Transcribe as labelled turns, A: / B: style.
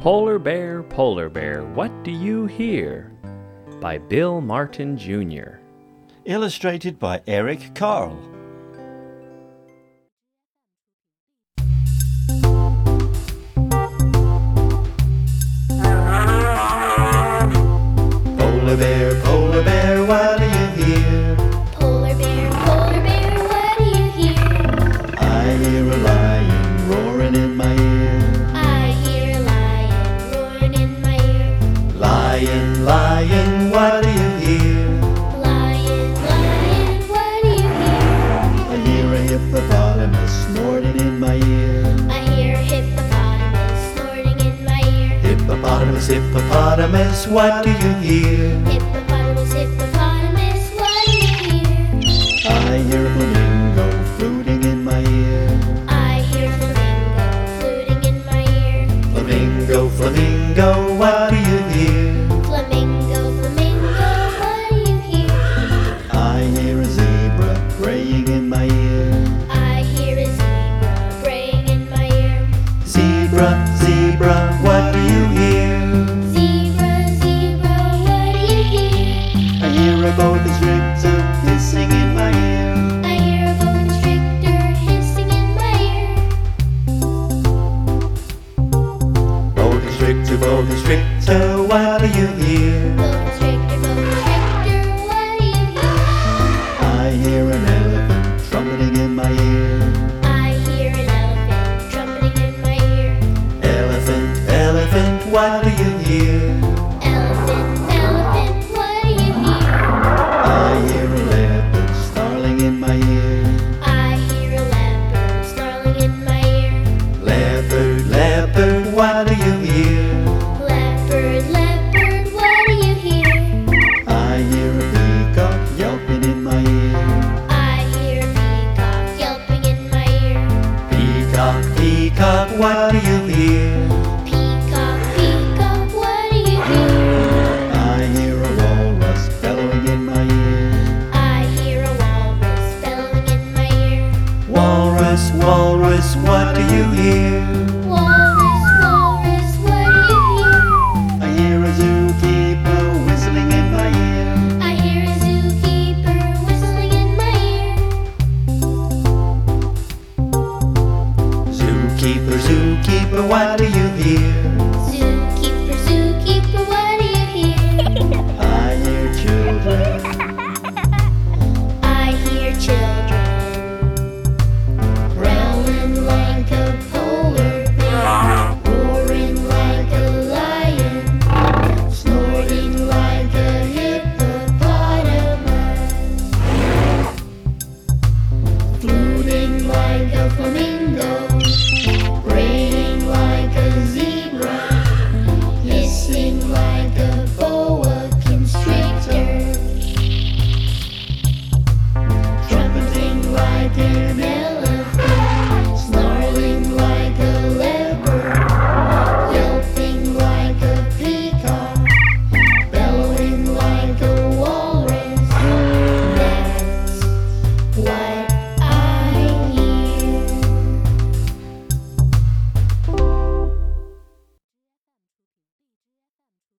A: Polar Bear, Polar Bear, What Do You Hear? by Bill Martin Jr.
B: Illustrated by Eric Carl. Polar bear, polar bear, why do you hear?
C: Polar bear, polar bear, what do you hear?
B: I hear a lion roaring in my ear.
C: I hear a lion roaring in my ear.
B: Lion, lion, why do you hear?
C: Lion, lion, what do you hear?
B: I hear a hippopotamus snorting in my ear.
C: I hear a hippopotamus snorting in my ear.
B: Hippopotamus, hippopotamus, what do you hear?
C: Hippopotamus, hippopotamus, what do you hear?
B: I hear a flamingo fluting in my ear.
C: I hear a flamingo fluting in my ear.
B: Flamingo, flamingo, what do you hear?
C: Flamingo, flamingo, what do you hear?
B: I hear a zebra braying in my ear.
C: I hear a zebra braying in my ear.
B: Zebra, zebra, what do you hear?
C: Zebra, zebra, what do you hear?
B: I hear a boa constrictor hissing in my ear.
C: I hear a boa constrictor hissing in my ear.
B: Boa constrictor, boa constrictor, what do you hear?
C: Boa constrictor, boa constrictor, what do you hear?
B: I hear an elephant trumpeting in my ear.
C: I hear an elephant trumpeting in my ear.
B: Elephant, elephant, what do you hear?
C: Elephant, elephant, what do you hear?
B: I hear a leopard snarling in my ear.
C: I hear a leopard snarling in my ear.
B: Leopard, leopard, what do you hear?
C: Leopard, leopard, what do you hear?
B: I hear a peacock yelping in my ear.
C: I hear a peacock yelping in my ear.
B: Peacock, peacock, what do you hear?
C: Peacock, peacock, what do you hear?
B: I hear a walrus bellowing in my ear.
C: I hear a walrus bellowing in my ear.
B: Walrus, walrus, what do you hear?
C: Walrus, walrus, what do you hear?
B: I hear a zookeeper whistling in my ear.
C: I hear a zookeeper whistling in my ear.
B: Zookeeper, zookeeper, what do you hear?
C: Zookeeper, zookeeper, what do you hear?
B: I hear children
C: I hear children growling like a polar bear, roaring like a lion, snorting like a hippopotamus, fluting like a flamingo. Raining like a zebra, hissing like a boa constrictor, trumpeting like an